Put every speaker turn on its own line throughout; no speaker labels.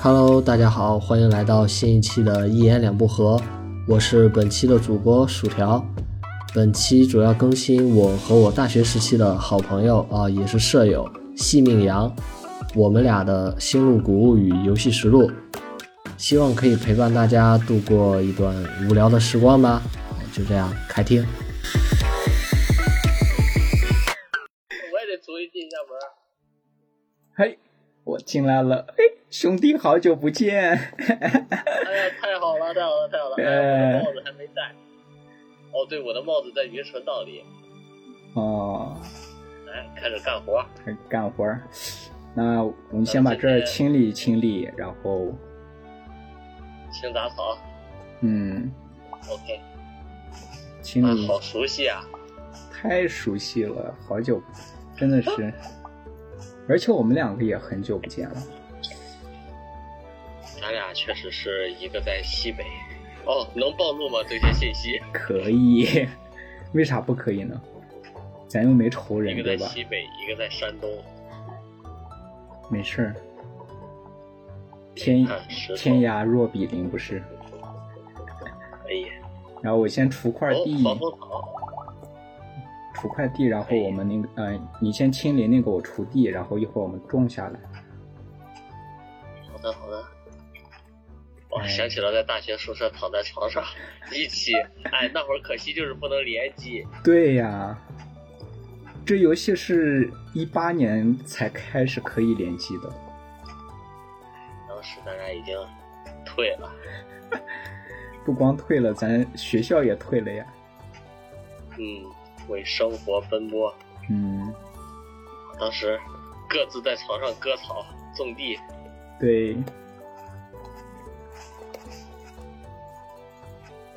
Hello，大家好，欢迎来到新一期的《一言两不合》，我是本期的主播薯条。本期主要更新我和我大学时期的好朋友啊、也是舍友细命羊，我们俩的《星露谷物语》游戏实录，希望可以陪伴大家度过一段无聊的时光吧。就这样，开听。
我也得逐一进一下门儿。
嘿，我进来了。嘿，兄弟，好久不见。
哎呀，太好了，太好了，太好了！哎呀，我的帽子还没戴。哦，对，我的帽子在云蛇道里。
哦，
来，开始干活。
开始干活儿。那我们先把这儿清理清理，然后，
清杂草。
嗯，
OK。
清
啊，
理
好熟悉啊！
太熟悉了，好久，真的
嗯
是。而且我们两个也很久不见了。
咱俩确实是一个在西北。哦，能暴露吗？这些信息？
可以， 为啥不可以呢？咱又没仇
一
人，
个
对
在
吧？
西北，一个在山东。
没事儿。天
看啊石头
嗯天涯若比邻，不是？
哎呀，
然后我先除块
哦
地。，
防风草。
除块地，然后我们那个，呃，你先清理那个，我锄地，然后一会儿我们种下来。
好的，好的。哇，
哎
想起了在大学宿舍躺在床上 一起，哎，那会儿可惜就是不能联机。
对呀，这游戏是一八年才开始可以联机的。
当时咱俩已经退了，
不光退了，咱学校也退了呀。
嗯，为生活奔波。
嗯，
当时各自在床上割草、种地，
对。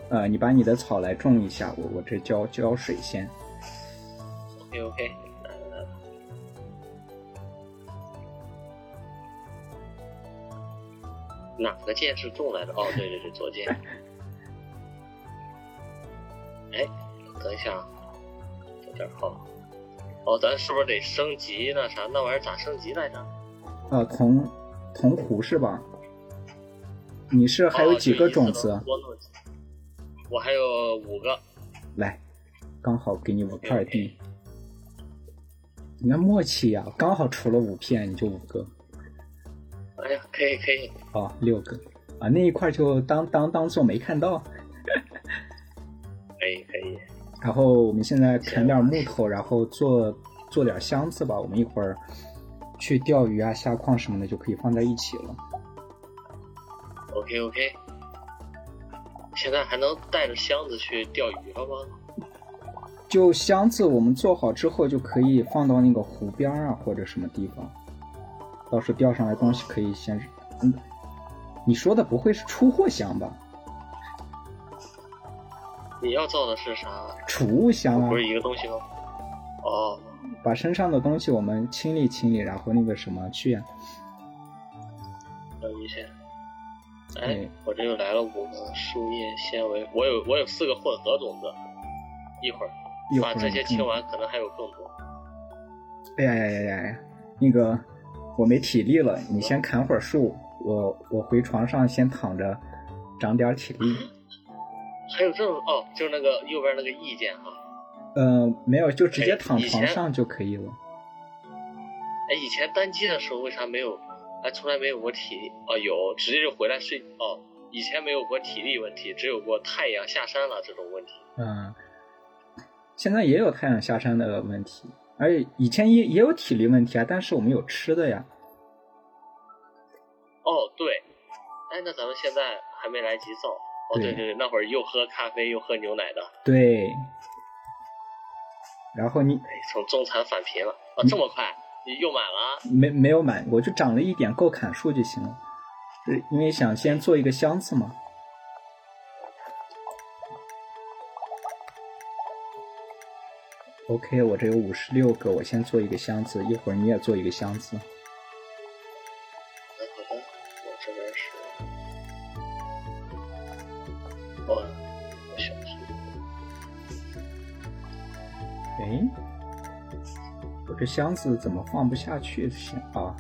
呃，你把你的草来种一下，我我这浇浇水先。
OK OK，来了来了。哪个键是重来着？哦，对对对，左键。哎，等一下，啊，有点好。哦，咱是不是得升级那啥？那玩意儿咋升级来着？
呃，铜铜壶是吧？你是还有
哦
几
就
个
一次
种
能
子？啊
多弄几我还有五个。
来，刚好给你五块地。你看默契呀、刚好除了五片，你就五个
哎呀，可以可以，
哦，六个啊，那一块就当当当做没看到。
可以哎可以。
然后我们现在砍点木头，然后做做点箱子吧。我们一会儿去钓鱼啊、下矿什么的，就可以放在一起了。
OK OK，现在还能带着箱子去钓鱼了吗？
就箱子我们做好之后，就可以放到那个湖边儿啊或者什么地方，到时候钓上来东西可以先。嗯，你说的不会是出货箱吧？
你要造的是啥？
储物箱啊
不，是一个东西吗？哦，
把身上的东西我们清理清理，然后那个什么去啊呀、
等一下。哎
哎，
我这又来了五个树叶纤维，我有我有四个混合种子，一会儿
一会
把
儿嗯
这些
你看
清。完，可能还有更多。
哎呀呀呀呀呀！那个我没体力了，你先砍会儿树，我我回床上先躺着，长点体力。
还有这种哦，就是那个右边那个意见哈。
呃，没有，就直接躺
嗯哎以
床
前
上就可以了。
哎，以前单机的时候为啥没有？哎，从来没有过体力哦，有直接就回来睡哦。以前没有过体力问题，只有过太阳下山了这种问题。
嗯、现在也有太阳下山的问题，而且以前也也有体力问题啊，但是我们有吃的呀。
哦，对，哎，那咱们现在还没来及造。哦，对
对
对对，那会儿又喝咖啡又喝牛奶的，
对。然后你
哎，从中产返贫了啊，这么快，你又满了啊？
没没有买，我就长了一点，够砍树就行了。是因为想先做一个箱子嘛。OK，我这有五十六个，我先做一个箱子，一会儿你也做一个箱子。
好的，我这边是，哦，我想想，
哎，我这箱子怎么放不下去？是啊，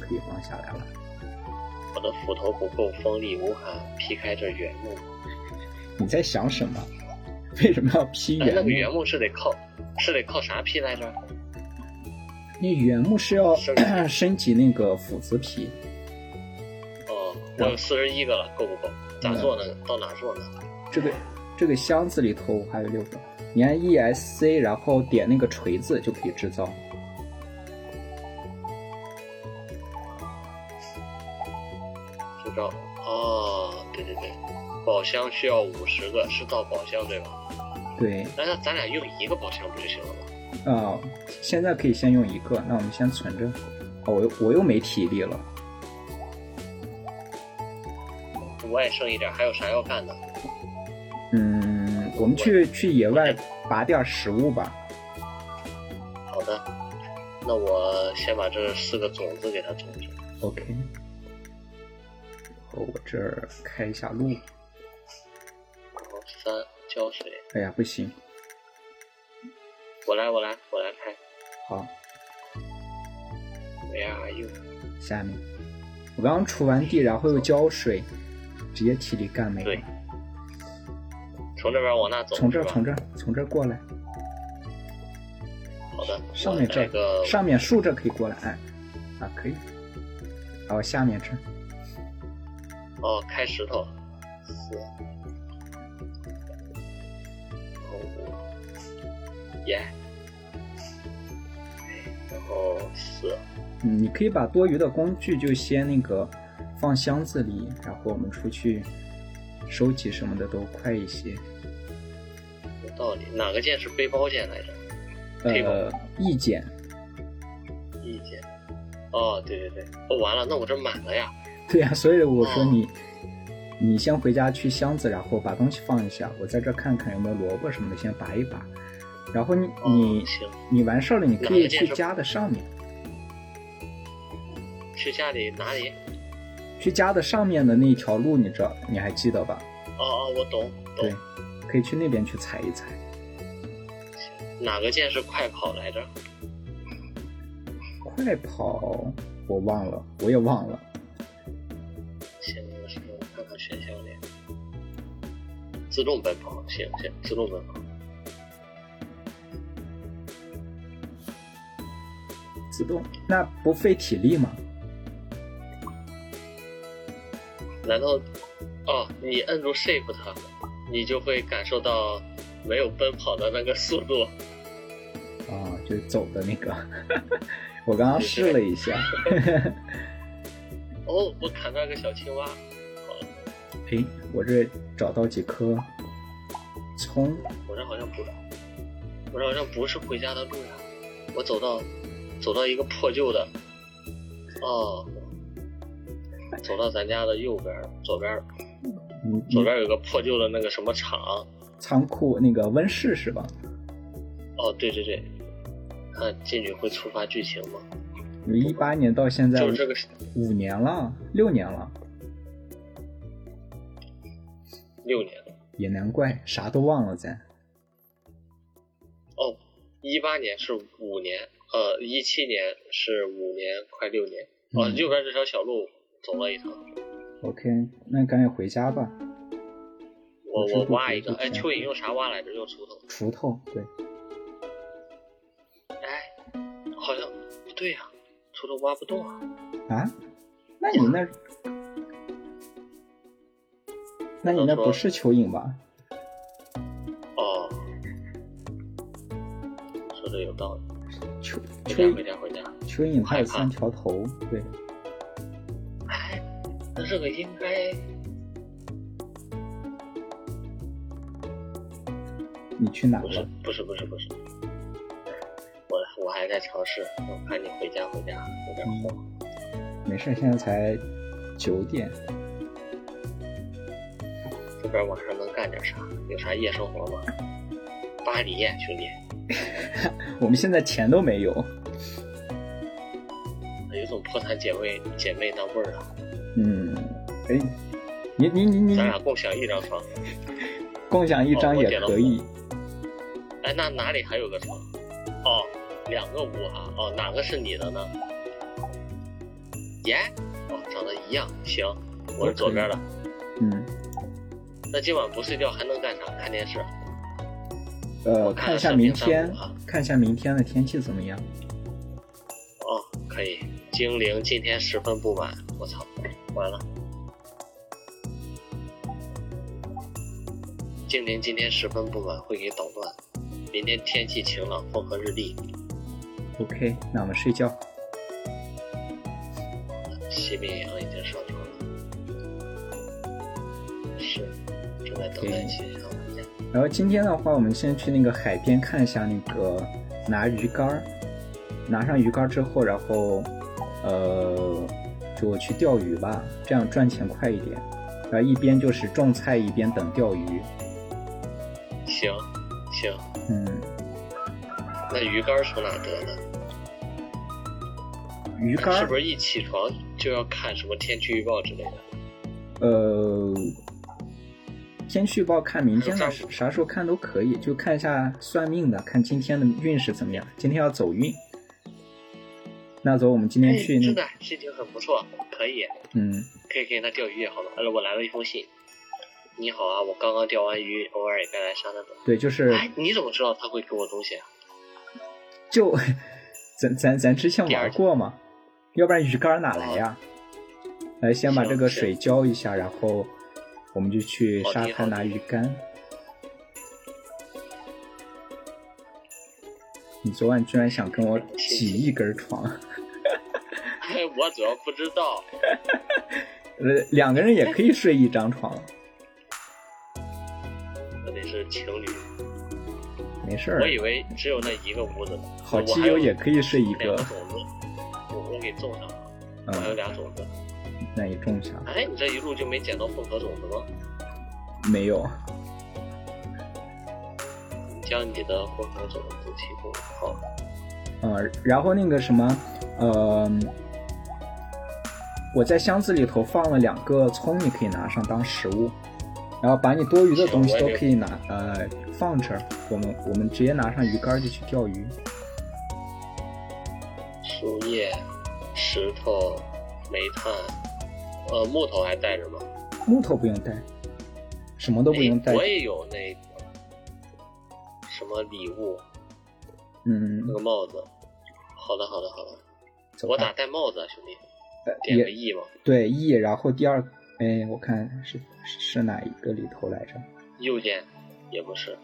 可以放下来了。
我的斧头不够锋利无寒，劈开这原木。
你在想什么？为什么要劈
哎，
原
那
木
个？原木是得靠，是得靠啥劈来着？
那原木是要
是的
升级那个斧子皮，
哦，我有四十一个了，够不够？咋
嗯
做呢？到哪做呢？
这个这个箱子里头我还有六个，你按 E S C，然后点那个锤子就可以制造。
就这样。哦，对对对，宝箱需要五十个，是造宝箱对吧？
对，
那那咱俩用一个宝箱不就行了吗？
啊、现在可以先用一个，那我们先存着。哦，我又我又没体力了，
我也剩一点，还有啥要干的？
嗯，我们去去野外拔点食物吧。
好的，那我先把这四个种子给它种上。
OK，哦，我这儿开一下路。
然后三浇水，
哎呀，不行，
我来我来我来拍。
好，
哎呀，又
下面我刚除完地，然后又浇水，直接体力干没
对
了。
从这边往那走，
从这儿，
是吧
从这儿，从这儿过来，
好的，
上面这
我来个
儿，上面竖着可以过来，哎，啊，可以。哦，下面这儿，
哦，开石头，四，然后五，哦耶，然后四，
嗯，你可以把多余的工具就先那个放箱子里，然后我们出去收集什么的都快一些。
有道理。哪个键是背包键来着？这
呃
个，
意见，
一键。哦，对对对，哦，完了，那我这满了呀。
对呀、所以我 说
嗯
你，你先回家去箱子，然后把东西放一下，我在这儿看看有没有萝卜什么的，先拔一拔。然后你
哦，
你
行，
你完事儿了，你可
哪
以
个键
去
是
家的上面，
去家里哪里？
去家的上面的那条路，你知道你还记得吧？
哦哦，我懂
对
懂。，
可以去那边去采一采。
哪个键是快跑来着？
快跑，我忘了，我也忘了。
行，我是我看看选项里，自动奔跑，行行，自动奔跑。
自动，那不费体力吗？
难道哦，你摁住 Shift，你就会感受到没有奔跑的那个速度？
啊、就是走的那个。 我刚刚试了一下，
哦，我砍到一个小青蛙，
诶，我这找到几颗葱，
我这好像不，我这好像不是回家的路呀、我走到走到一个破旧的，哦，走到咱家的右边儿，左边儿，
嗯，
左
嗯
边有个破旧的那个什么厂，
仓库那个温室是吧？
哦，对对对，看进去会触发剧情吗？
一八年到现在
就是这个
五年了，六年了，
六年了，
也难怪啥都忘了咱。
哦，一八年是五年，呃，一七年是五年，快六年。哦，
嗯
右边这条小路走了一趟，
OK，那赶紧回家吧。
我
我知
我
道
挖
这
一个，
条
哎，蚯蚓用啥挖来着？用锄头。
锄头，对，
哎，好像不对呀、锄头挖不动啊。
啊，那你那，那你那不是蚯蚓吧？
哦，说的有道理。
蚯
回家
蚯
回家回家。
蚯蚓它有三条头，对，
哎，那这个应该
你去哪
不是
了？
不是不是不是，我我还在尝试，我看你回家回家有点
嗯
慌。
没事，现在才九点，
这边晚上能干点啥？有啥夜生活吗？巴黎，兄弟，
我们现在钱都没有。
有一种破产姐妹姐妹当味儿啊！
嗯，哎，你你你你
咱俩共享一张床，
共享一张
哦我
也
点了
可以，
哎，那哪里还有个床？哦，两个屋啊！哦，哪个是你的呢？耶，哦，长得一样，行，我是左边的。
嗯，
那今晚不睡觉还能干啥？看电视。
呃，
我
看
看
一
了
下
视
明
频弹幕
天
啊，
看一下明天的天气怎么样。
哦，可以。精灵今天十分不满，我操，完了。精灵今天十分不满，会给捣乱。明天天气晴朗，风和日丽。
OK，那我们睡觉。
西冰洋已经上床了。是，正在等待秦香回家。
然后今天的话，我们先去那个海边看一下那个拿鱼竿儿，拿上鱼竿儿之后，然后呃就去钓鱼吧，这样赚钱快一点。然后一边就是种菜，一边等钓鱼。
行，行，
嗯，
那鱼竿从哪得的？
鱼竿
是
儿
不是一起床就要看什么天气预报之类的？
呃，天气预报看明天的，
还有占卜
啥时候看都可以，就看一下算命的，看今天的运势怎么样。今天要走运。那走，我们今天去那
真哎的心情很不错，可以，
嗯，
可以跟他钓鱼也好了。呃，我来了一封信。你好啊，我刚刚钓完鱼，偶尔也该来沙滩走。
对，就是
哎，你怎么知道他会给我东西啊？
就咱咱咱之前
第二
玩
集
过嘛，要不然鱼竿哪来呀？来，先把
哦行
这个
是
水浇一下，然后我们就去
好的
沙滩
好
拿
的
鱼竿。你昨晚居然想跟我挤一根床，
哎，我主要不知道。
呃，两个人也可以睡一张床，
那得是情侣，
没事儿
我。以为只有那一个屋子呢。
好
我
基
还有
友也可以睡一
两
个
个，种子，我我给种上了，我还有
嗯，
俩种子。
那你种下
哎，你这一路就没捡到凤和种子吗？
没有？
你将你的凤和种子提供好。
嗯，然后那个什么，呃，我在箱子里头放了两个葱，你可以拿上当食物，然后把你多余的东
啊
西都可以拿呃放这儿，我们我们直接拿上鱼竿就去钓鱼。
树叶、石头、煤炭，呃，木头还带着吗？
木头不用带，什么都不用带
哎。我也有那个什么礼物，
嗯
那，个帽子。好的，好的，好的。
走
我
吧
咋戴帽子啊，兄弟？
呃
点个
也
E 吗？
对 E，然后第二，哎，我看是是是哪一个里头来着？
右键也不是。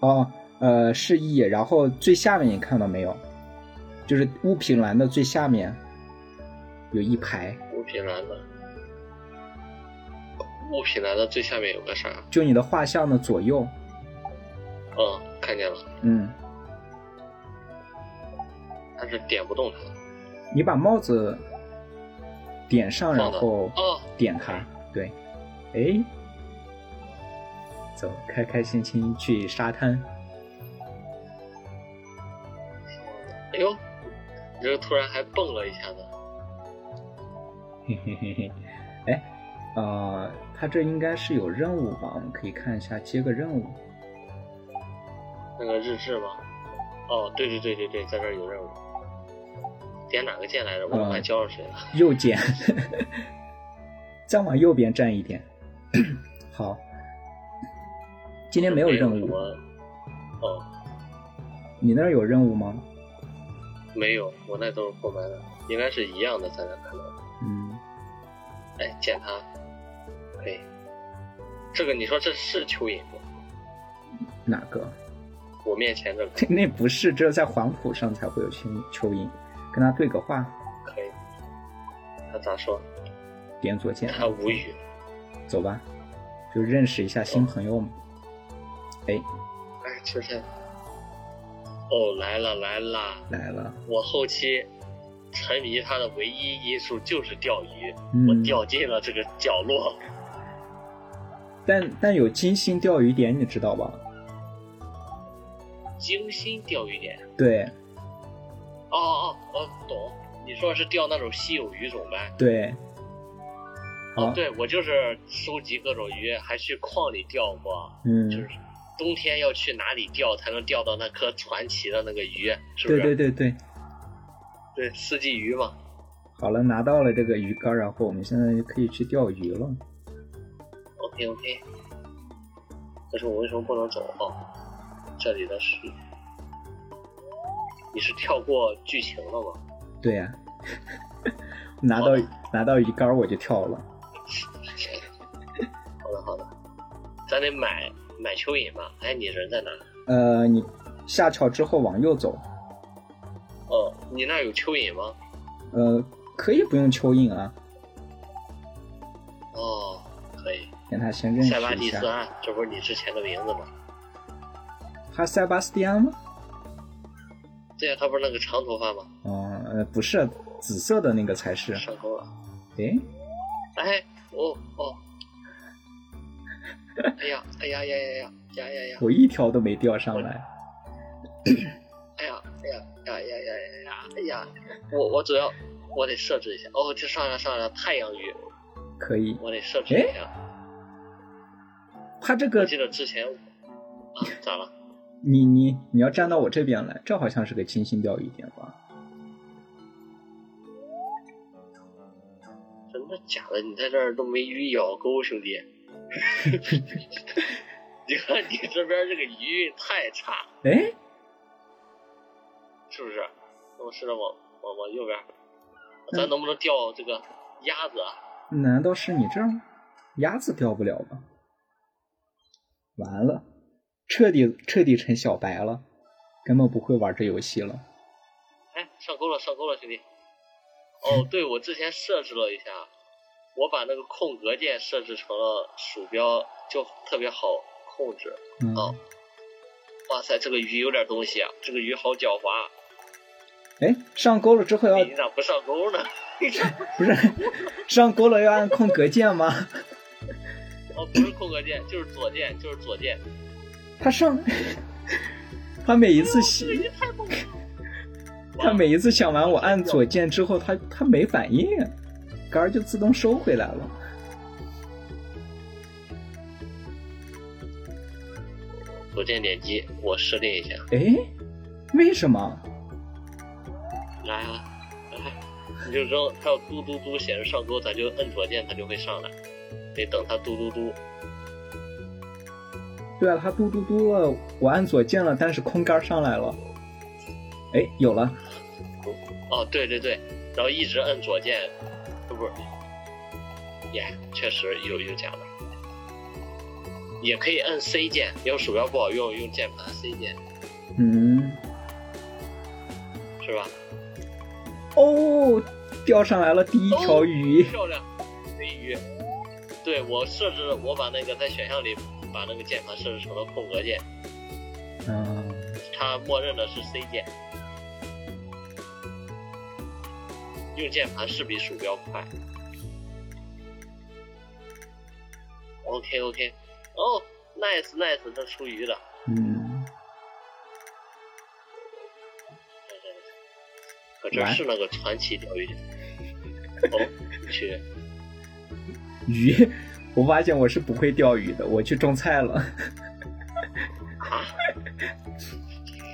哦，呃，是 E，然后最下面你看到没有？就是物品栏的最下面有一排，
物品栏的，物品栏的最下面有个啥？
就你的画像的左右，
嗯，看见了，
嗯，
但是点不动它。
你把帽子点上，然
放的
后
哦，
点它，对，哎，走，开开心心去沙滩，
哎呦，你这突然还蹦了一下子。
嘿嘿嘿嘿，哎，呃，他这应该是有任务吧？我们可以看一下接个任务，
那个日志吗？哦，对对对对对，在这儿有任务。点哪个键来着？我怎么
嗯
还交上谁了？
右键，再往右边站一点。好，今天没有任
什
务，
么。哦，
你那儿有任务吗？
没有，我那都是空白的，应该是一样的才能看到。
嗯，
哎，见它，可以。这个你说这是蚯蚓吗？
哪个？
我面前这个
那不是，只有在黄埔上才会有蚯蚯蚓。跟他对个话，
可 以。他咋说？
点左键，
他无语。
走吧，就认识一下新朋友嘛。哎，
哎，秋天。哦，来了来了，
来了，
我后期沉迷它的唯一因素就是钓鱼，我
嗯，
掉进了这个角落。
但但有金星钓鱼点，你知道吧？
精心钓鱼点。
对
哦哦，我懂，你说的是钓那种稀有鱼种呗？
对，好，
哦，对，我就是收集各种鱼，还去矿里钓过，
嗯，
就是冬天要去哪里钓才能钓到那颗传奇的那个鱼，是不
对
是？
对对对，
对四季鱼嘛。
好了，拿到了这个鱼竿，然后我们现在就可以去钓鱼了。
OK OK，但是我为什么不能走啊？这里的是，你是跳过剧情了吗？
对呀、 拿到拿到鱼竿我就跳了。
好的好的，咱得买买蚯蚓吧？哎，你人在哪？
呃，你下桥之后往右走，
哦，你那儿有蚯蚓吗？
呃，可以不用蚯蚓啊，
哦，可以。
让他先认识
塞巴
一
蒂斯
下。
安，这不是你之前的名字吗？
他塞巴斯蒂安吗？
对啊呀、他不是那个长头发吗？
哦，呃，不是，紫色的那个才是。
上钩了。
诶，
哎，哦哦。哎呀，哎呀呀呀呀呀呀呀！
我一条都没钓上来。
哎呀，哎呀，呀呀呀呀呀！哎呀，我我主要我得设置一下。哦，这上来上来太阳鱼，
可以，
我得设置一下。
他这
我
个
记得之前啊，咋了？
你你你要站到我这边来，这好像是个清新钓鱼点吧？
真的假的？你在这儿都没鱼咬钩，兄弟。你看你这边这个鱼太差，
诶，
是不是？那我试着往往往右边，咱能不能钓这个鸭子啊？
难道是你这儿？鸭子钓不了吧？完了，彻底彻底成小白了，根本不会玩这游戏了。
哎，上钩了，上钩了，兄弟。哦，对，我之前设置了一下，我把那个空格键设置成了鼠标，就特别好控制。
嗯，
哦哇塞，这个鱼有点东西啊，这个鱼好狡猾，啊
诶，哎上钩了之后要
你咋不上钩呢？
不是 上钩了要按空格键吗？
哦，不是空格键，就是左键，就是左键。
他上， 他每一次想， 他每一次想完我按左键之后，他他没反应，杆儿就自动收回来了。
左键点击，我设定一下。
哎，为什么？
来啊，来，你就扔，它要嘟嘟嘟显示上钩，咱就摁左键，它就会上来。得等它嘟嘟嘟。
对啊，他嘟嘟嘟了，我按左键了，但是空杆儿上来了。哎，有了，
哦，对对对，然后一直摁左键，不不，耶、确实有有这样的。也可以摁 C 键，要鼠标不好用，用键盘 C 键
嗯，
是吧？
哦，钓上来了第一条鱼，
哦漂亮，飞鱼。对我设置了，我把那个在选项里把那个键盘设置成了空格键，
嗯，
它默认的是 C 键。用键盘是比鼠标快。OK OK，哦、n i c e nice，这出鱼了。
嗯，
可这
完
是那个传奇钓鱼。哦，去，
鱼，我发现我是不会钓鱼的，我去种菜了。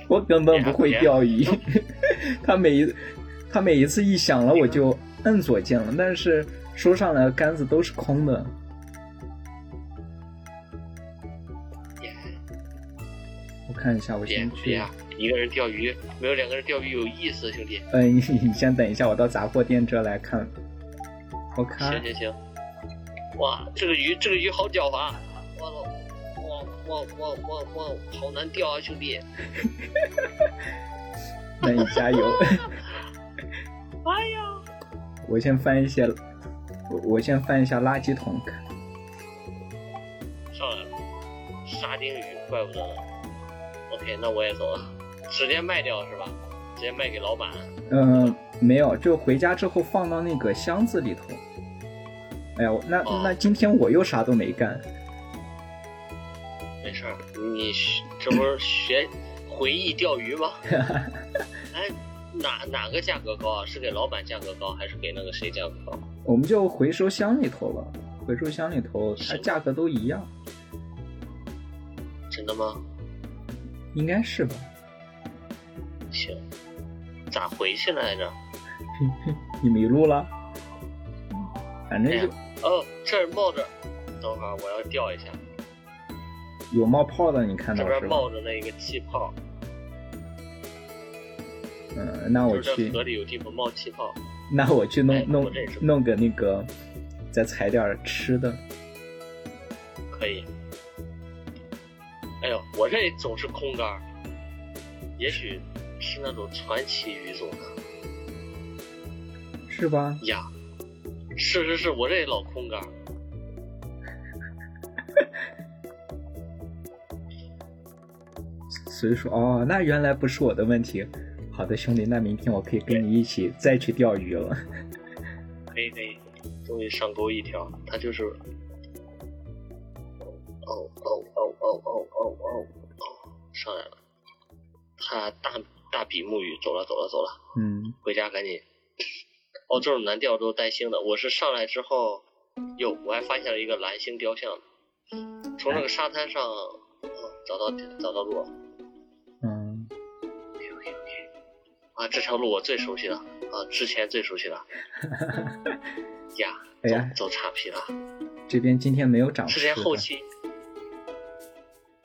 我根本不
哎
会钓鱼， 他每一他每一次一响了我就摁左键了，但是收上来的杆子都是空的。
耶
我看一下，我
别
先去
别。，啊一个人钓鱼没有两个人钓鱼有意思，兄弟。
哎，你 你先等一下，我到杂货店这来看。我看
行行行，哇，这个鱼这个鱼好狡猾，哇哇哇哇哇哇，好难钓啊，兄弟！
那你加油。
哎呀，
我先翻一些，我我先翻一下垃圾桶。
上来了，沙丁鱼，怪不得呢。OK，那我也走了，直接卖掉是吧？直接卖给老板。
嗯，没有，就回家之后放到那个箱子里头。哎呀，我那
哦
那今天我又啥都没干。
没事儿，你学这不是学回忆钓鱼 吗？哎，哪哪个价格高啊？是给老板价格高，还是给那个谁价格高？
我们就回收箱里头了。回收箱里头，它价格都一样，
真的吗？
应该是吧？
行，咋回去来着？
你迷路了？反正
哎呀
就
哦，这儿冒着，等会儿我要调一下，
有冒泡的，你看
这
到
边
是吧？
冒着那个气泡，
嗯，那我
就是这
去，
河里有地方冒气泡。
那我去弄
哎
弄
我这是
弄个那个，再采点儿吃的。
可以。哎呦，我这总是空杆儿，也许是那种传奇鱼种呢
是吧？
呀。是是是，我这老空杆儿。
所以说，哦，那原来不是我的问题。好的，兄弟，那明天我可以跟你一起再去钓鱼了。
可以可以，终于上钩一条，它就是。哦哦哦哦哦哦哦哦，上来了。它大大比目鱼，走了走了走了，
嗯，
回家赶紧。哦，这种蓝钓都带星的，我是上来之后，哟，我还发现了一个蓝星雕像，从那个沙滩上、哦、找到找到路了。
嗯，
OK，OK，OK 啊，这条路我最熟悉了，啊，之前最熟悉 了。呀，
哎呀，
走走岔皮了。
这边今天没有长
之
吃
前
的。
后期，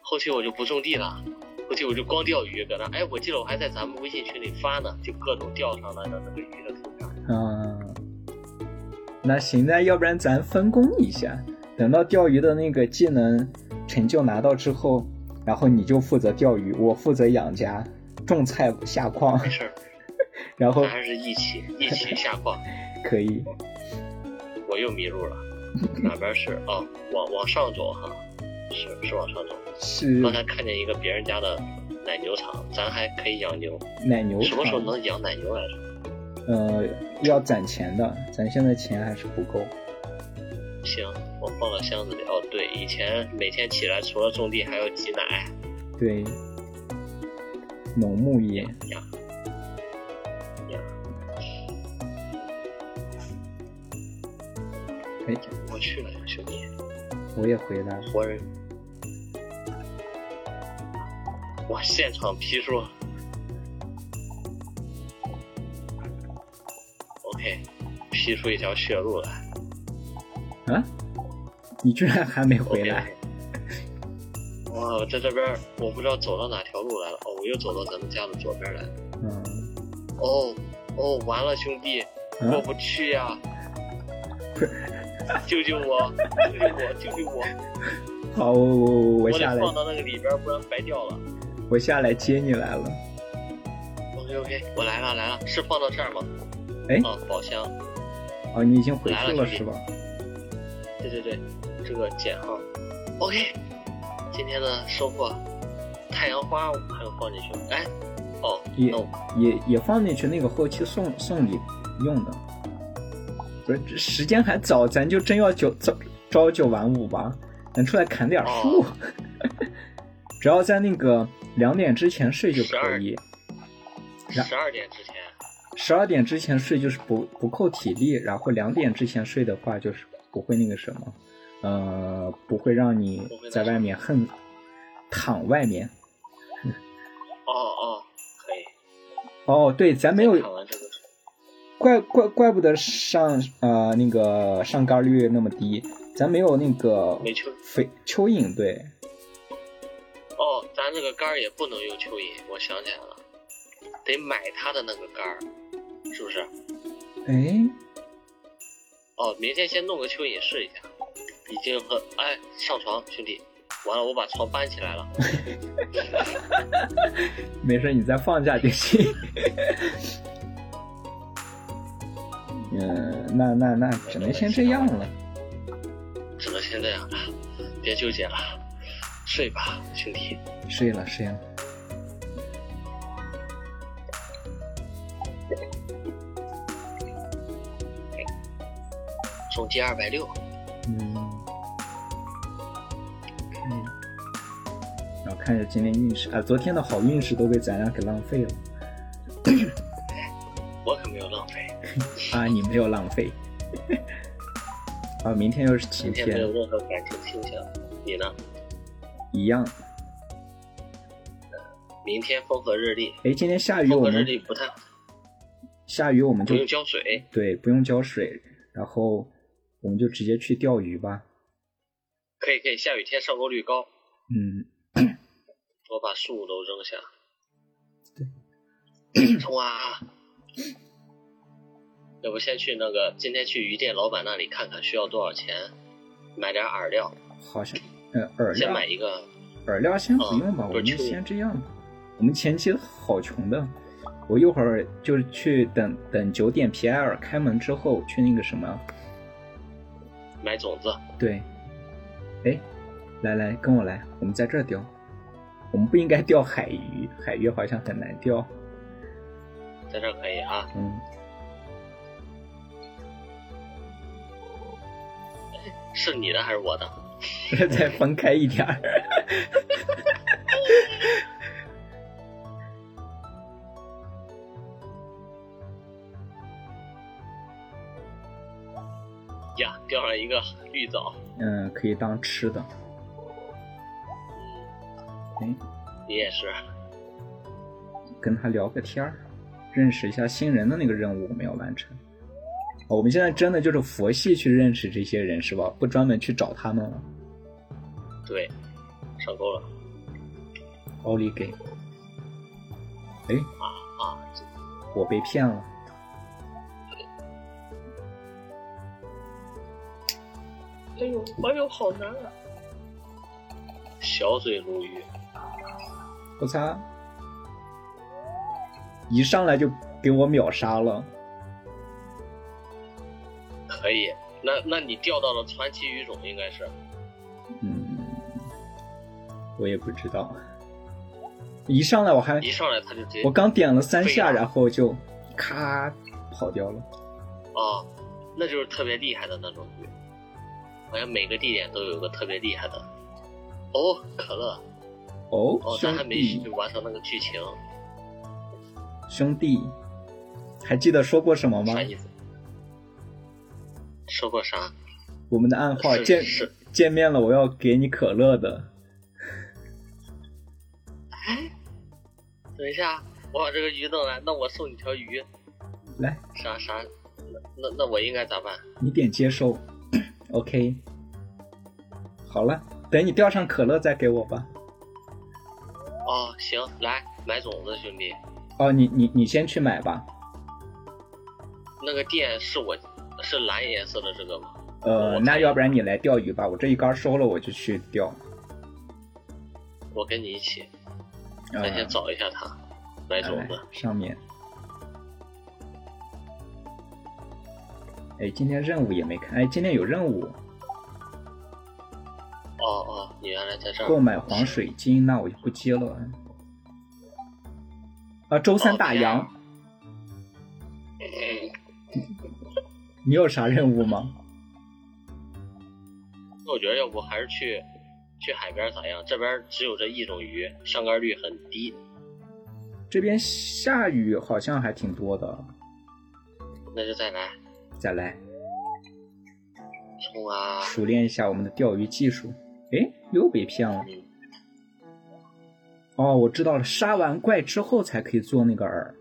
后期我就不种地了，后期我就光钓鱼搁那。哎，我记得我还在咱们微信群里发呢，就各种钓上来的那个鱼的图片。
嗯，那行，那要不然咱分工一下，等到钓鱼的那个技能成就拿到之后，然后你就负责钓鱼，我负责养家、种菜、下矿，
没事儿，
然后
咱还是一起一起下矿。
可以，
我又迷路了，哪边是？哦，往往上走哈，是是往上走。
是
刚才看见一个别人家的奶牛场，咱还可以养牛。
奶牛
什么时候
场，
能养奶牛来着？
呃，要攒钱的，咱现在钱还是不够。
行，我放到箱子里。哦，对，以前每天起来除了种地还要挤奶。
对，农牧业，
呀呀，
哎，
我去了呀，兄弟，
我也回来了。
活人！哇，现场批数。OK，批出一条血路来。
啊，你居然还没回来？
OK。哇，我在这边儿我不知道走到哪条路来了。哦，我又走到咱们家的左边来了。
嗯，
哦哦，完了，兄弟，过
啊，
不去呀、救救我！救救我！救 救我！
啊好，我我我
我
我下
得
来，
放到那个里边儿，不然白掉了。
我下来接你来了。
OK OK，我来了来了，是放到这儿吗？
哎
啊，宝箱，
哦，你已经回去
来了
了是吧？
对对对，这个减号。OK，今天的收获，太阳花我还有放进去吗？哎，哦，
也
那我
也也放进去那个后期送送礼用的。不是，这时间还早，咱就真要九早朝九晚五吧，咱出来砍点树。
哦
只要在那个两点之前睡就可以，然
十二点之前，
十二点之前睡就是不不扣体力，然后两点之前睡的话就是不会那个什么，呃，不会让你在外面恨躺外面。
哦哦，可以。
哦，对，咱没有
看完这个，
怪怪怪不得上呃那个上杆率那么低，咱没有那个
没蚯
肥蚯蚓对，
哦，咱这个杆儿也不能用蚯蚓，我想起来了，得买它的那个杆儿，是不是？
哎，
哦，明天先弄个蚯蚓试一下。已经和哎上床，兄弟，完了我把床搬起来了。
没事，你再放假就行。 嗯，那那那只能先这样了。
只能先这样了，别纠结了，睡吧，兄弟。
睡了睡了。
总计二百六，
嗯，嗯，然后看着今天运势啊，昨天的好运势都被咱俩给浪费了
我可没有浪费，
啊！你没有浪费 啊，明天又是晴
今天没有
天，
任何感情倾向。你呢？
一样。
明天风和日丽，
哎，今天下雨，
风
我
和日
们
丽不太
下雨我们
不
就
用浇水。
对不用浇水，然后我们就直接去钓鱼吧。
可以可以，下雨天上钩率高。
嗯，
我把树都扔下。
对，
冲啊！要不先去那个，今天去鱼店老板那里看看需要多少钱，买点饵料，
好像呃饵
先
料
买一个。
饵料先不用吧，
嗯
我
不
们
是
先这样吧。我们前期好穷的，我一会儿就去等等九点皮埃尔开门之后去那个什么，
买种子，
对，哎，来来跟我来，我们在这儿钓，我们不应该钓海鱼，海鱼好像很难钓，
在这儿可以啊。
嗯，
是你的还是我的？
再分开一点儿，
呀，钓上一个绿藻，
嗯，可以当吃的，哎，
你也是。
跟他聊个天儿，认识一下新人的那个任务我们要完成。哦我们现在真的就是佛系去认识这些人是吧？不专门去找他们了。
对，上钩了
奥利给，哎，
啊！
我被骗了。
哎呦，哎呦，好难啊！小嘴鲈鱼，
我擦！一上来就给我秒杀了，
可以。那那你钓到了传奇鱼种，应该是
嗯，我也不知道。一上来我还
一上来他就直接
我刚点了三下，
废了
然后就咔跑掉了。
啊，那就是特别厉害的那种鱼，好像每个地点都有个特别厉害的。哦，可乐，
哦，
哦，
兄
咱还没
弟
去，完成那个剧情，
兄弟，还记得说过什么吗
啥？意思？说过啥？
我们的暗号
是
见
是
见面了，我要给你可乐的。
等一下，我把这个鱼弄来，那我送你条鱼，
来，
啥啥？那那那我应该咋办？
你点 接受，OK。好了，等你钓上可乐再给我吧。
哦，行，来买种子，兄弟。
哦，你你你先去买吧。
那个店是我是蓝颜色的这个吗？
呃，
我
那
看
要不然你来钓鱼吧，我这一竿收了，我就去钓。
我跟你一起，
呃
咱先找一下它，买
来
种
来
子。
上面。哎，今天任务也没看。哎，今天有任务，
哦哦，你原来在这儿。
购买黄水晶，那我就不接了。啊，周
哦
三打烊，
嗯
你有啥任务吗？
那我觉得要不还是去去海边咋样？这边只有这一种鱼，上竿率很低。
这边下雨好像还挺多的，
那就再来
再来
冲啊！
熟练一下我们的钓鱼技术。哎，又被骗了。
嗯，
哦，我知道了，杀完怪之后才可以做那个饵。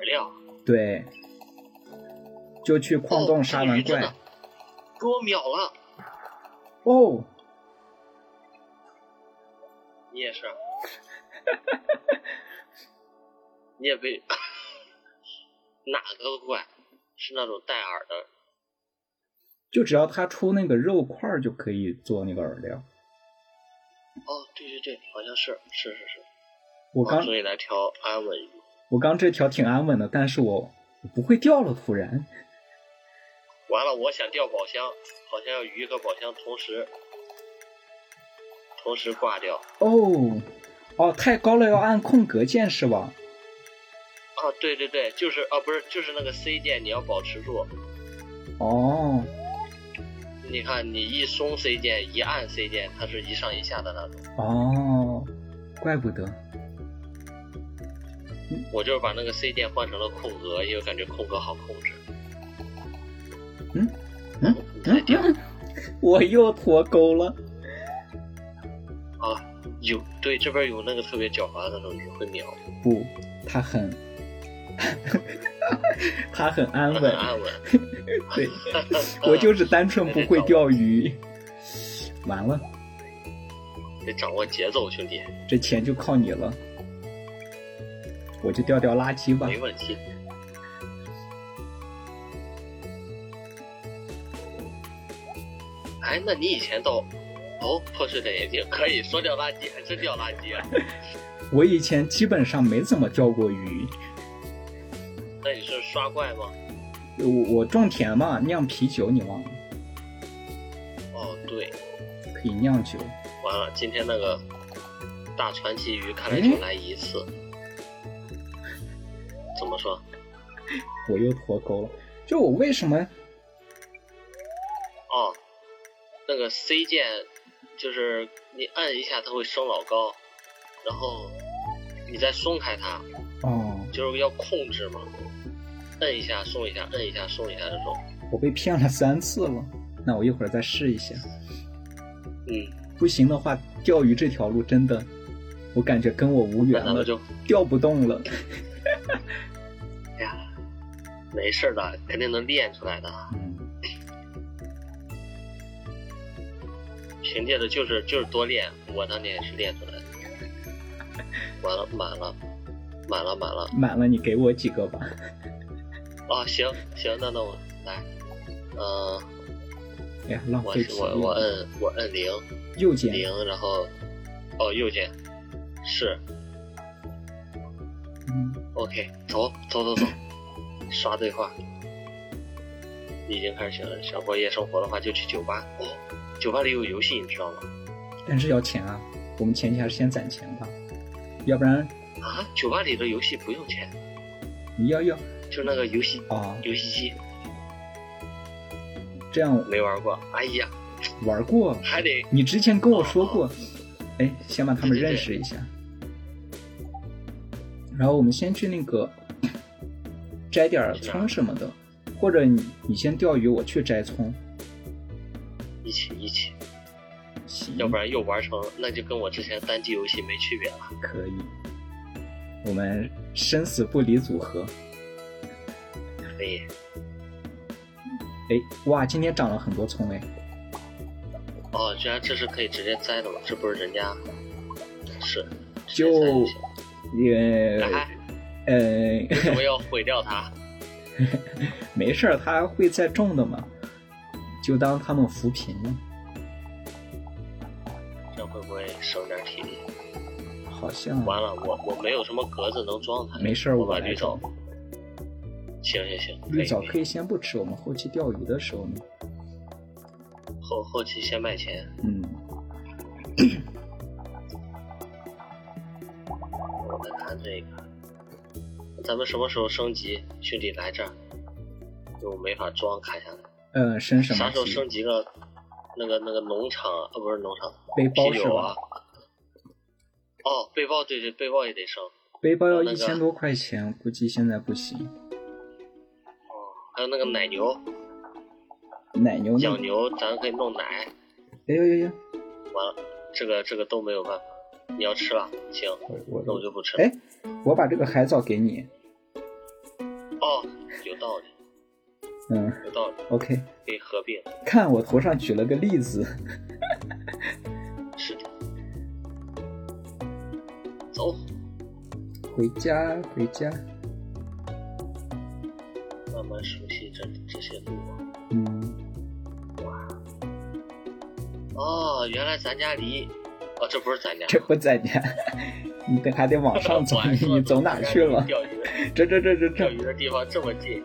饵料。
对，就去矿洞
哦
杀
这个
完
鱼真
怪。
的给我秒了！
哦，
你 也是，你也被哪个怪？是那种带饵的？
就只要它出那个肉块儿就可以做那个饵料。
哦，对对对，好像是是是是。
我刚
哦所以来条安稳鱼。
我刚这条挺安稳的，但是我我不会钓了，突然。
完了，我想钓宝箱，好像要鱼和宝箱同时同时挂掉。
哦，哦，太高了，要按空格键是吧？
啊，对对对，就是啊，不是，就是那个 C 键，你要保持住。
哦，
你看，你一松 C 键，一按 C 键，它是一上一下的那种。
哦，怪不得。
我就是把那个 C 键换成了空格，因为感觉空格好控制。
嗯嗯
你
嗯
再钓
嗯我又脱钩了。
啊，有对这边有那个特别狡猾的那种鱼会秒。
不，它很 他很安
他
稳
很，安稳。嗯
对 我就是单纯不会钓鱼。完了，
得掌握节奏，兄弟，
这钱就靠你了，我就钓钓垃圾吧。
没问题。哎，那你以前到哦，破碎的眼睛可以说掉垃圾，还真掉垃圾啊？
我以前基本上没怎么钓过鱼，
那你是刷怪吗？
我我种田嘛，酿啤酒你忘了，
哦，对，
可以酿酒。
完了，今天那个大传奇鱼看来就来一次。怎么说？
我又脱钩了，就我为什么
哦，那个 C 键就是你按一下它会升老高，然后你再松开它，
哦，
就是要控制嘛，摁一下松一下，摁一下松一下这种。
我被骗了三次了？那我一会儿再试一下。
嗯，
不行的话，钓鱼这条路真的，我感觉跟我无
那
缘
咱
了
们，就
钓不动了。
哎呀，没事儿的，肯定能练出来的。啊
嗯
凭借着就是就是多练，我当年也是练出 来的。完了，满了，满了，满了。
满了，你给我几个吧。
啊，行行，那那我来，呃，
哎呀，浪
我
费
是
体
我我
力。
摁我摁零。
右键，
零，然后哦右键是
嗯，
OK，走走走走，刷对话。已经开始了，想过夜生活的话就去酒吧。哦，酒吧里有游戏，你知道吗？
但是要钱啊，我们前提还是先攒钱吧，要不然
啊，酒吧里的游戏不用钱，
你要要
就那个游戏
啊，
游戏机
这样
没玩过。哎呀，
玩过。
还得
你之前跟我说过，哎，先把他们
对对对
认识一下。然后我们先去那个摘点儿葱什么的，或者你你先钓鱼，我去摘葱。
一起一起，
行，
要不然又玩成那就跟我之前单机游戏没区别了。
可以。我们生死不离组合。
可以，
哎，哇，今天长了很多葱哎，
哦，居然这是可以直接摘的吗？这不是人家是直接摘
就
行
也
哎
呃
为什么要毁掉它？
没事儿，他会再种的嘛，就当他们扶贫了。
这样会不会省点体力？
好像
完了，我我没有什么格子能装它。
没事儿，
我
我
把
来
绿
种
藻。。行行行，可
绿
以
藻可
以。
以先不吃，我们后期钓鱼的时候呢，
后后期先卖钱，
嗯，
我们谈这个。咱们什么时候升级？兄弟来这儿，就没法装，看下来。
呃，生什么
啥时候
级？
升级个那个那个农场啊？呃不是农场，
背包
啤
是
酒
吧
啊？？哦，背包对对，背包也得升。
背包要
那个
一千多块钱，估计现在不行。
还有那个奶牛、
奶牛那
养，牛，咱可以弄奶。
哎呦呦呦，
完了，这个这个都没有办法。你要吃了，行，
我
那我
我
就不吃了。
哎，我把这个海藻给你，
哦，有道理，
嗯
有道理，
，OK，
可以合并。
看我头上举了个例子，
是的。走，
回家回家，
慢慢熟悉这这些路啊网。
嗯，
哦，原来咱家离，哦，这不是咱家。
这不在家， 你得还得往上走
我还，说
你走哪去了
咱家离？钓鱼，
这这这这
钓
这，
鱼的地方这么近，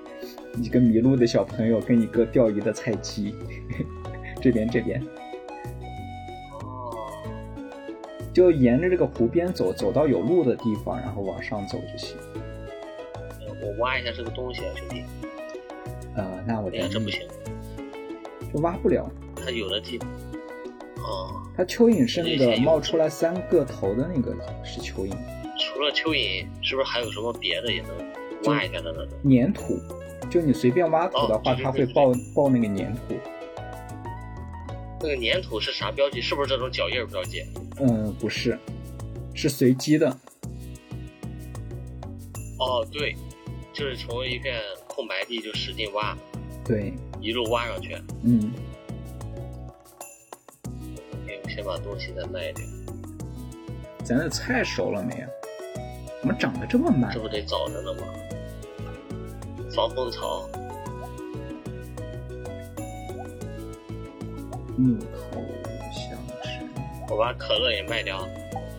一个迷路的小朋友跟一个钓鱼的菜鸡， 这边这边。
哦，
就沿着这个湖边走，走到有路的地方，然后往上走就行。
哎我挖一下这个东西啊，兄弟。
呃，那我
哎呀，
连
这不
你
行，
就挖不了。
它有的地，哦，
它蚯蚓是
这
那个
些有
冒出来三个头的那个是蚯蚓，
除了蚯蚓，是不是还有什么别的也能挖一下的那种？
粘土。就你随便挖土的话，
哦对
它会
对对
爆爆那个粘土。
那个粘土是啥标记？是不是这种脚印儿标记？
嗯，不是，是随机的。
哦，对，就是从一片空白地就使劲挖，
对，
一路挖上去。
嗯，
哎，我先把东西再卖掉，
咱的菜熟了没有？啊怎么长得这么慢
这？不得早着呢吗？防风草，
木头香椿，
我把可乐也卖掉，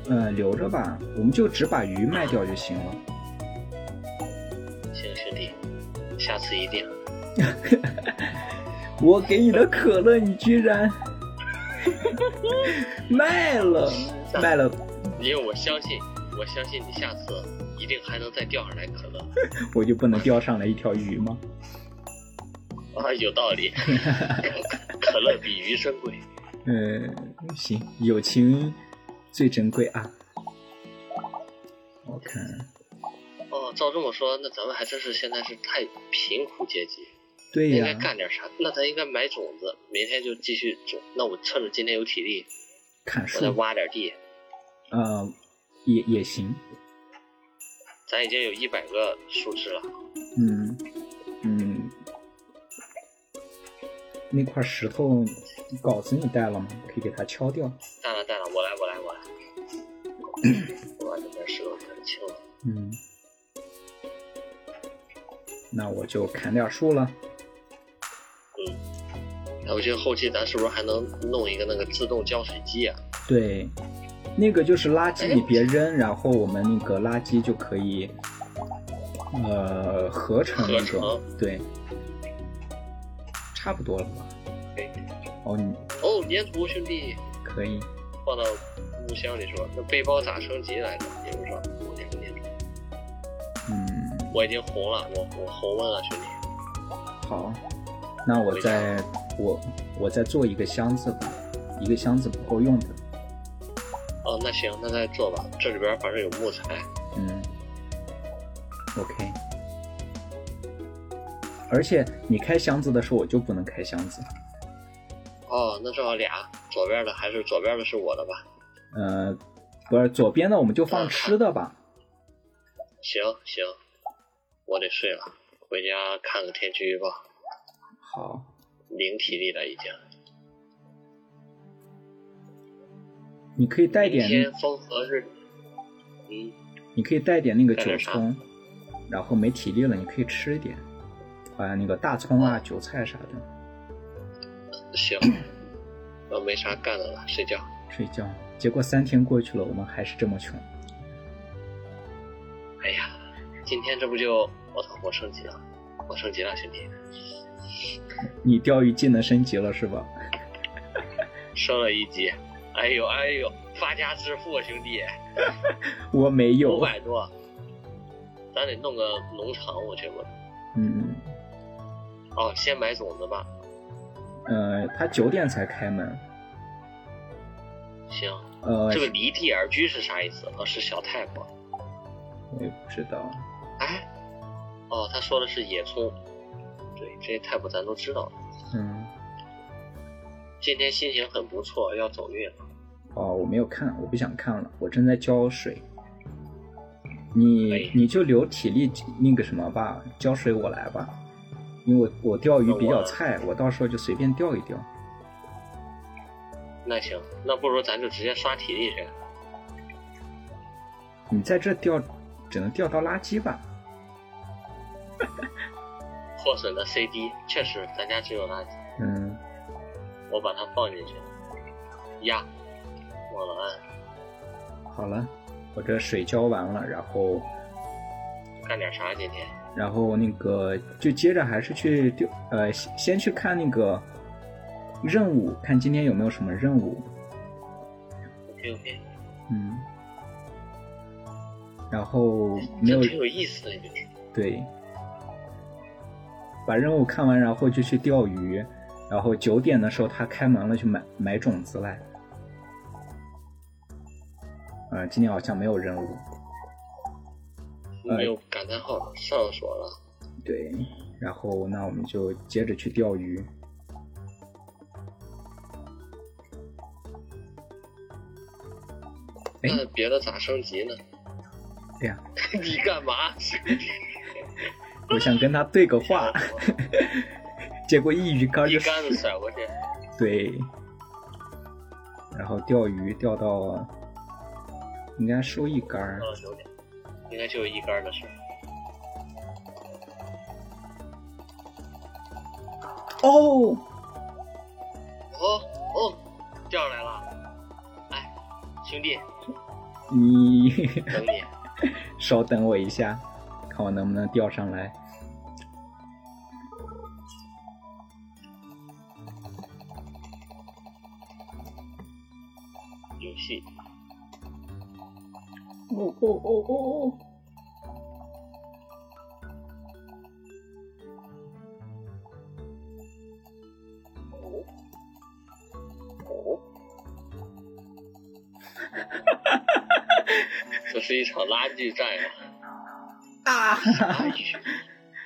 呃，留着吧，我们就只把鱼卖掉就行了。
行兄弟，下次一定。
我给你的可乐，你居然 卖 了，卖了！
因为我相信，我相信你下次一定还能再钓上来可乐
我就不能钓上来一条鱼吗？
啊，有道 理。可可乐比鱼珍贵，
呃，行，友情最珍贵啊。我看，
哦，照这么说，那咱们还真是现在是太贫苦阶级，
对
应
呀、
该干点啥？那咱应该买种子，明天就继续种。那我趁着今天有体力，
砍
我再
树，
挖点地。
呃，也也行。
咱已经有一百个树枝了，
嗯嗯，那块石头稿子你带了吗？可以给它敲掉。
带了带了，我来我来我来，我把这边石头全清了。
嗯，那我就砍点树了。
哎，我觉得后期咱是不是还能弄一个那个自动浇水机啊？
对，那个就是垃圾你别扔，然后我们那个垃圾就可以，呃，合成那
合
种，对，差不多了吧？
哎，
哦，你
哦，粘土兄弟，
可以，
放到木箱里说，那背包咋升级来着？也不知道，我粘不粘土？
嗯，
我已经红了，我我红温了，兄弟。
好，那我再我我再做一个箱子吧，一个箱子不够用的，
哦，那行，那再做吧。这里边反正有木材，
嗯，OK。而且你开箱子的时候，我就不能开箱子。
哦，那正好俩，左边的还是左边的是我的吧？
呃，不是左边呢，我们就放吃的吧。
行行，我得睡了，回家看个天气预报，
好，
零体力了已经。
你可以带
明天
点，
风和日，嗯，
你可以带点那个
带
韭
点啥
葱，然后没体力了，你可以吃一点，啊、那个大葱
嗯
啊、韭菜啥的，
行，我没啥干的了，睡觉。
睡觉。结果三天过去了，我们还是这么穷。
哎呀，今天这不就我操，我升级了，我升级了，兄弟，
你钓鱼技能升级了是吧？
升了一级。哎呦哎呦，发家致富，啊兄弟，
我没
五
有。
百多，咱得弄个农场，我觉得。
嗯，
哦，先买种子吧。
呃，他九点才开门。
行，
呃，
这个离地而居是啥意思？哦，是小泰国。
我也不知道。
哎，哦，他说的是野葱。对，这些泰国咱都知道。
嗯，
今天心情很不错，要走运了。
哦，我没有看，我不想看了，我正在浇水。你
哎
你就留体力那个什么吧，浇水我来吧，因为我我钓鱼比较菜，我到时候就随便钓一钓。
那行，那不如咱就直接刷体力去。
你在这钓，只能钓到垃圾吧？
获损的 CD 确实，咱家只有垃圾。
嗯，
我把它放进去。呀，忘了按，
好了，我这水浇完了，然后
干点啥今天？
然后那个就接着还是去丢，呃，先先去看那个任务，看今天有没有什么任务。
OK OK，
嗯，然后没
这
有
挺有意思的，就是
对，把任务看完，然后就去钓鱼，然后九点的时候他开门了，去买买种子来。呃，今天好像没有任务。哎
没有感叹号，上锁了。
对，然后那我们就接着去钓鱼。哎
那别的咋升级呢？
哎呀，
你干嘛？
我想跟他对个话， 结果一鱼竿
一
啊就
竿子甩过去，
对，然后钓鱼钓到应该收一竿儿
到，了九点，应该就有一竿的事。
哦，
哦哦，钓上来了！哎，兄弟，嗯
你
等你。
稍等我一下，看我能不能钓上来。
有戏，
哦哦哦哦哦！
这是一场拉锯战呀！
啊，
拉锯，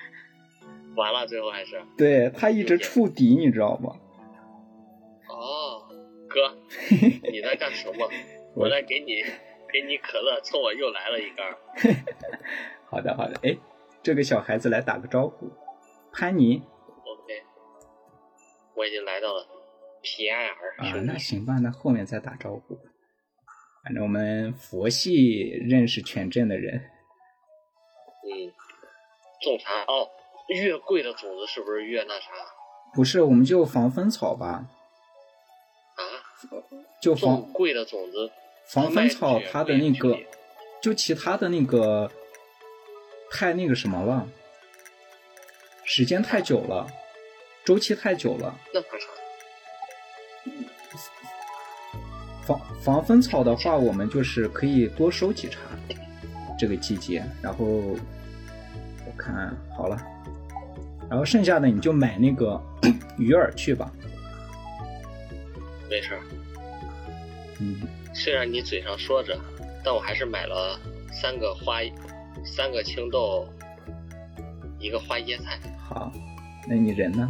完了，最后还是
对他一直触底，你知道吗？
哦，哥，你在干什 么？我来给你给你可乐，冲我又来了一杆儿。
好的好的，哎，这个小孩子来打个招呼，潘妮
OK，我已经来到了皮埃尔
啊，
兄
那
弟。
行吧，那后面再打招呼吧。反正我们佛系认识全镇的人，
嗯，种茶哦，越贵的种子是不是越那啥
不是我们就防风草吧，
啊？
就防
种贵的种子，
防风草它的那
卖
个
出去，
就其他的那个太那个什么了，时间太久了，周期太久了。
那怕啥？
防防风草的话，我们就是可以多收几茬，这个季节。然后我看好了，然后剩下的你就买那个鱼饵去吧。
没事儿，
嗯，
虽然你嘴上说着，但我还是买了三个花，三个青豆，一个花椰菜，
好，那你人呢？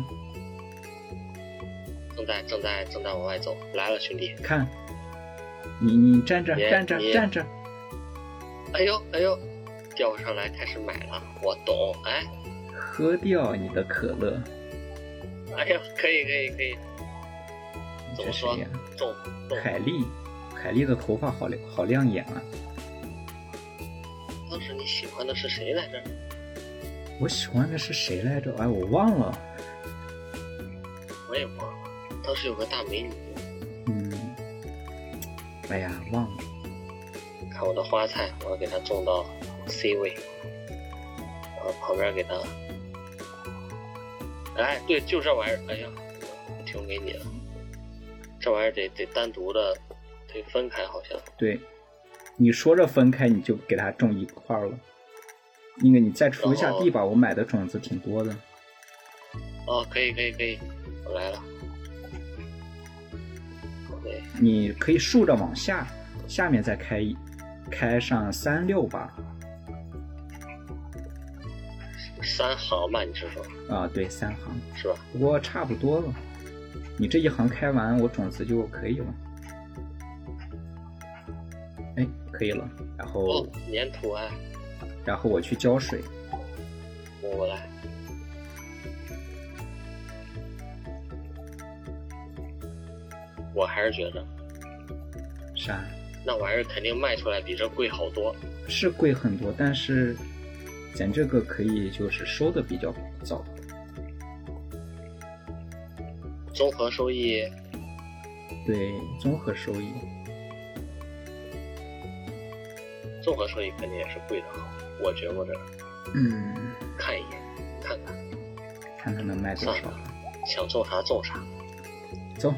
正在正在正在往外走。来了，兄弟！
看，你你站着
爷
站着
爷
站着，
哎呦哎呦，钓上来开始买了，我懂。哎
喝掉你的可乐。
哎呀，可以可以可以，怎
这
么
是
说
呀？
种种
凯莉，凯莉的头发好亮好亮眼啊！
当时你喜欢的是谁来着？
我喜欢的是谁来着？哎，我忘了。
我也忘了。当时有个大美女，
嗯，哎呀，忘了。
看我的花菜，我要给她种到 C 位，然后旁边给她，哎，对，就这玩意儿，哎呀，停给你了。这玩意儿得得单独的，得分开，好像
对，你说着分开，你就给它种一块儿了。那个，你再锄一下地吧，我买的种子挺多的。
哦，可以可以可以，我来了。OK，
你可以竖着往下，下面再开一，开上三六吧。
三行吧，你是说
啊，对，三行，
是吧？
不过差不多了。你这一行开完，我种子就可以了。哎，可以了。然后
哦，，粘土哎，
然后我去浇水。
我我来。我还是觉得
啥？
那玩意儿肯定卖出来比这贵好多。
是贵很多，但是咱这个可以就是收的比较早。
综合收益，
对，综合收益。
综合收益肯定也是贵的好。我觉摸着
嗯，
看一眼，看看
看看能卖多少。
想种啥种啥。
走，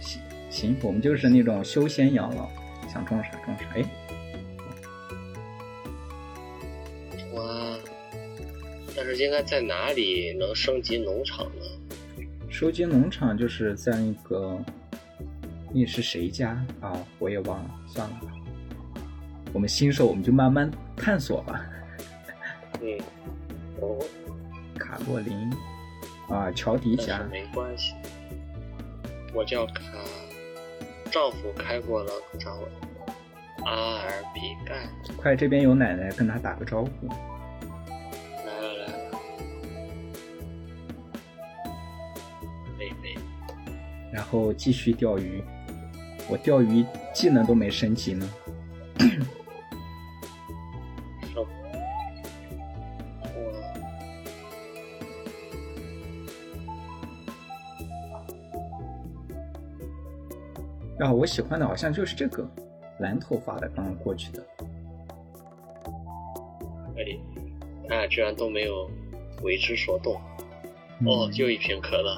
行行，我们就是那种休闲养老，想种啥种啥。哎，
我，但是应该在哪里能升级农场呢？
收集农场就是在那个，那是谁家啊？我也忘了，算了吧。我们新手，我们就慢慢探索吧。
嗯，哦，
卡洛琳，啊，乔迪
但
家
是，没关系，我叫卡，丈夫开过了张阿尔比盖，
快这边有奶奶跟他打个招呼。
来了来了，
然后继续钓鱼。我钓鱼技能都没升级呢。
我
啊，我喜欢的好像就是这个蓝头发的，刚刚过去的。
可以，咱哎俩居然都没有为之所动。
嗯
哦，又一瓶可乐，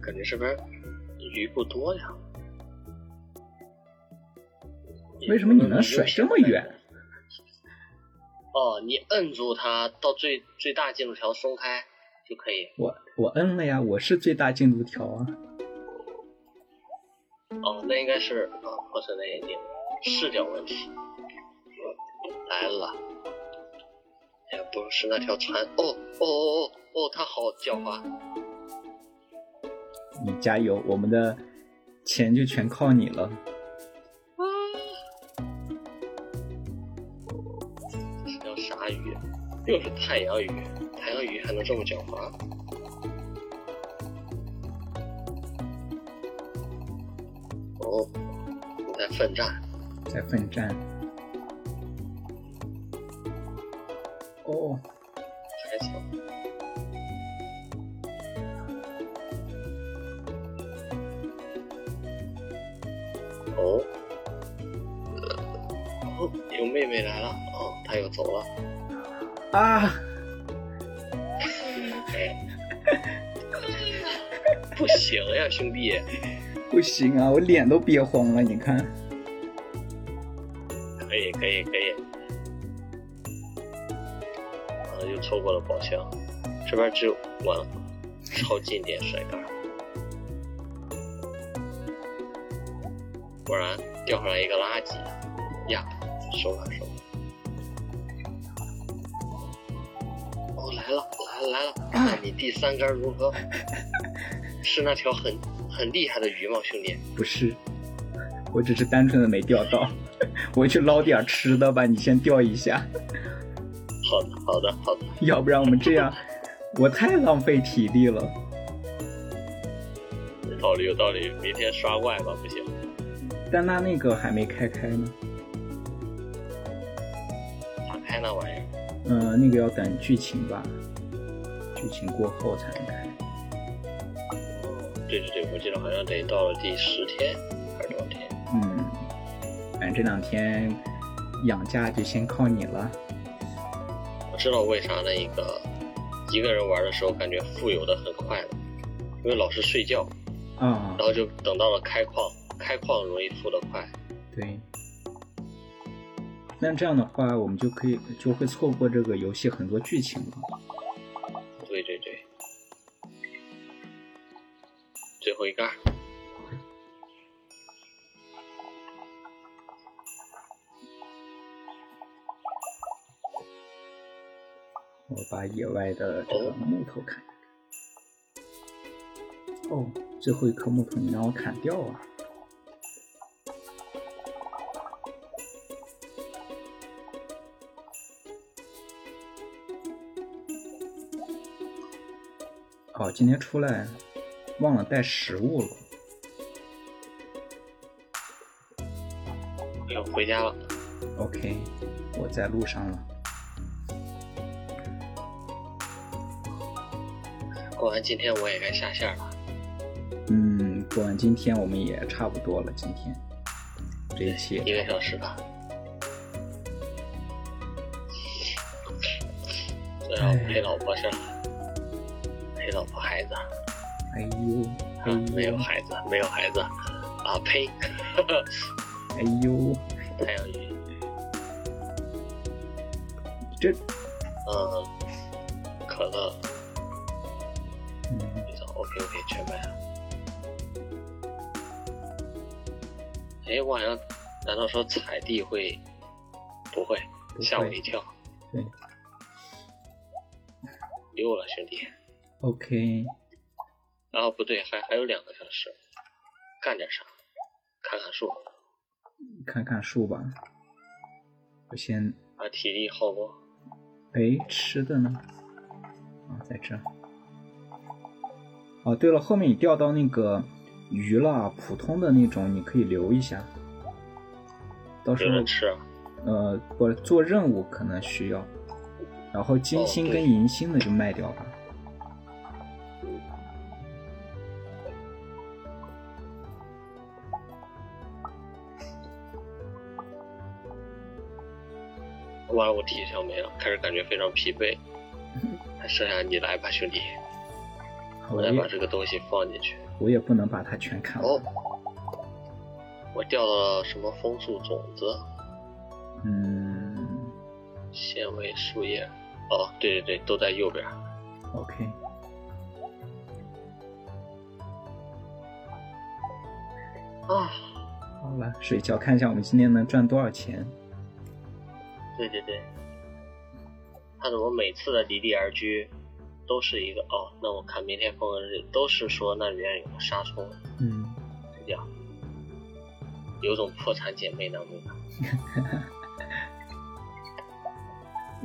感觉这边鱼不多呀。
为什么你能甩这么远？
哦，你摁住它到最最大进度条松开就可以。
我我摁了呀，我是最大进度条啊。
哦，那应该是啊，破损的眼镜，视角问题。来了，哎呀，不是那条船。哦哦哦哦哦，它好狡猾。
你加油，我们的钱就全靠你了。
这是条啥鱼？又是太阳鱼，太阳鱼还能这么狡猾？哦，你在奋战。
在奋战。哦，
还行。哦，哦，有妹妹来了，哦，她又走了，
啊，
哎， 不行呀，兄弟，
不行啊，我脸都憋红了，你看。
可以，可以，可以。啊，又错过了宝箱，这边只有完了，超近点甩杆儿。果然钓上来一个垃圾，呀，收了收了。哦，来了来了来了！看你第三杆如何？是那条很很厉害的鱼吗，兄弟？
不是，我只是单纯的没钓到， 我去捞点吃的吧，你先钓一下，
好的好的好的，
要不然我们这样，我太浪费体力了。
有道理有道理，明天刷怪吧，不行。
但那那个还没开开呢，
打开那玩意儿。
呃，那个要等剧情吧，剧情过后才能开。
对对对，我记得好像得到了第十天还是多少天？
嗯，反正这两天养家就先靠你了。
我知道为啥那个一个人玩的时候感觉富有的很快了，因为老是睡觉，
啊
然，后就等到了开矿，开矿容易富得快。
对。那这样的话，我们就可以就会错过这个游戏很多剧情了。
对对对，最后一哎杆儿。
我把野外的这个
哦
木头砍一砍。哦，最后一颗木头你让我砍掉啊！哦，今天出来忘了带食物了。
哎呦，回家了，
OK，我在路上了。
过完今天我也该下线了。
嗯，过完今天我们也差不多了，今天这一期
一个小时吧。对啊，陪老婆去了，陪老婆孩子啊，
哎呦，哎
嗯没有
呦，
孩子，没有孩子啊，呸，
哎呦，
太阳鱼，
这，
嗯，可乐，
嗯，
你知 o k OK，全买了。哎，我好像，难道说踩地会？不会，
不
吓我
会
一跳，
对
溜了，兄弟。
，OK，
啊，不对，还还有两个小时，干点啥？砍砍树，
看看树吧。我先，
把体力耗光。
哎，吃的呢？啊，在这儿。哦，对了，后面你钓到那个鱼了，普通的那种你可以留一下，到时
有人
候
吃啊，
呃不做任务可能需要，然后金
哦
星
对
跟银星的就卖掉吧。
完了我体力条没了，开始感觉非常疲 惫。还剩下你来吧，兄弟，我
我
来把
也
这个东西放进去。
我也不能把它全看完
哦，，我钓到了什么枫树种子、
嗯
纤维树叶？哦，对对对，都在右边。
，OK，
啊，
好了，睡觉看一下我们今天能赚多少钱。
对对对，他怎么每次的离地而居都是一个哦？那我看明天风格日都是说那里面有个杀虫，
嗯，
这叫有种破产姐妹能力吧？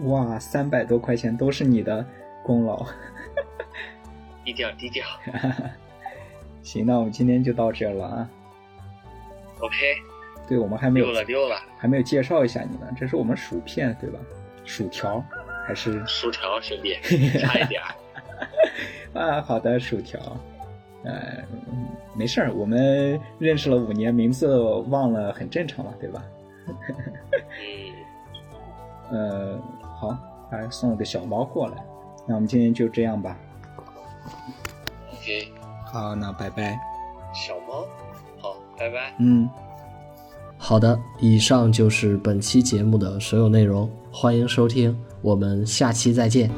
哇，三百多块钱都是你的功劳。
低调低调
行，那我们今天就到这儿了啊。
，OK，
对，我们还没有
溜了溜了，
还没有介绍一下你呢，这是我们薯片对吧？薯条还是
薯条兄 弟，差一点儿。
啊？好的，薯条。呃，嗯没事儿，我们认识了五年，名字忘了很正常嘛，对吧？
嗯，
呃，好，还送了个小猫过来。那我们今天就这样吧。
OK，
好，那拜拜。
小猫，好，拜拜。
嗯，
好的，以上就是本期节目的所有内容，欢迎收听，我们下期再见。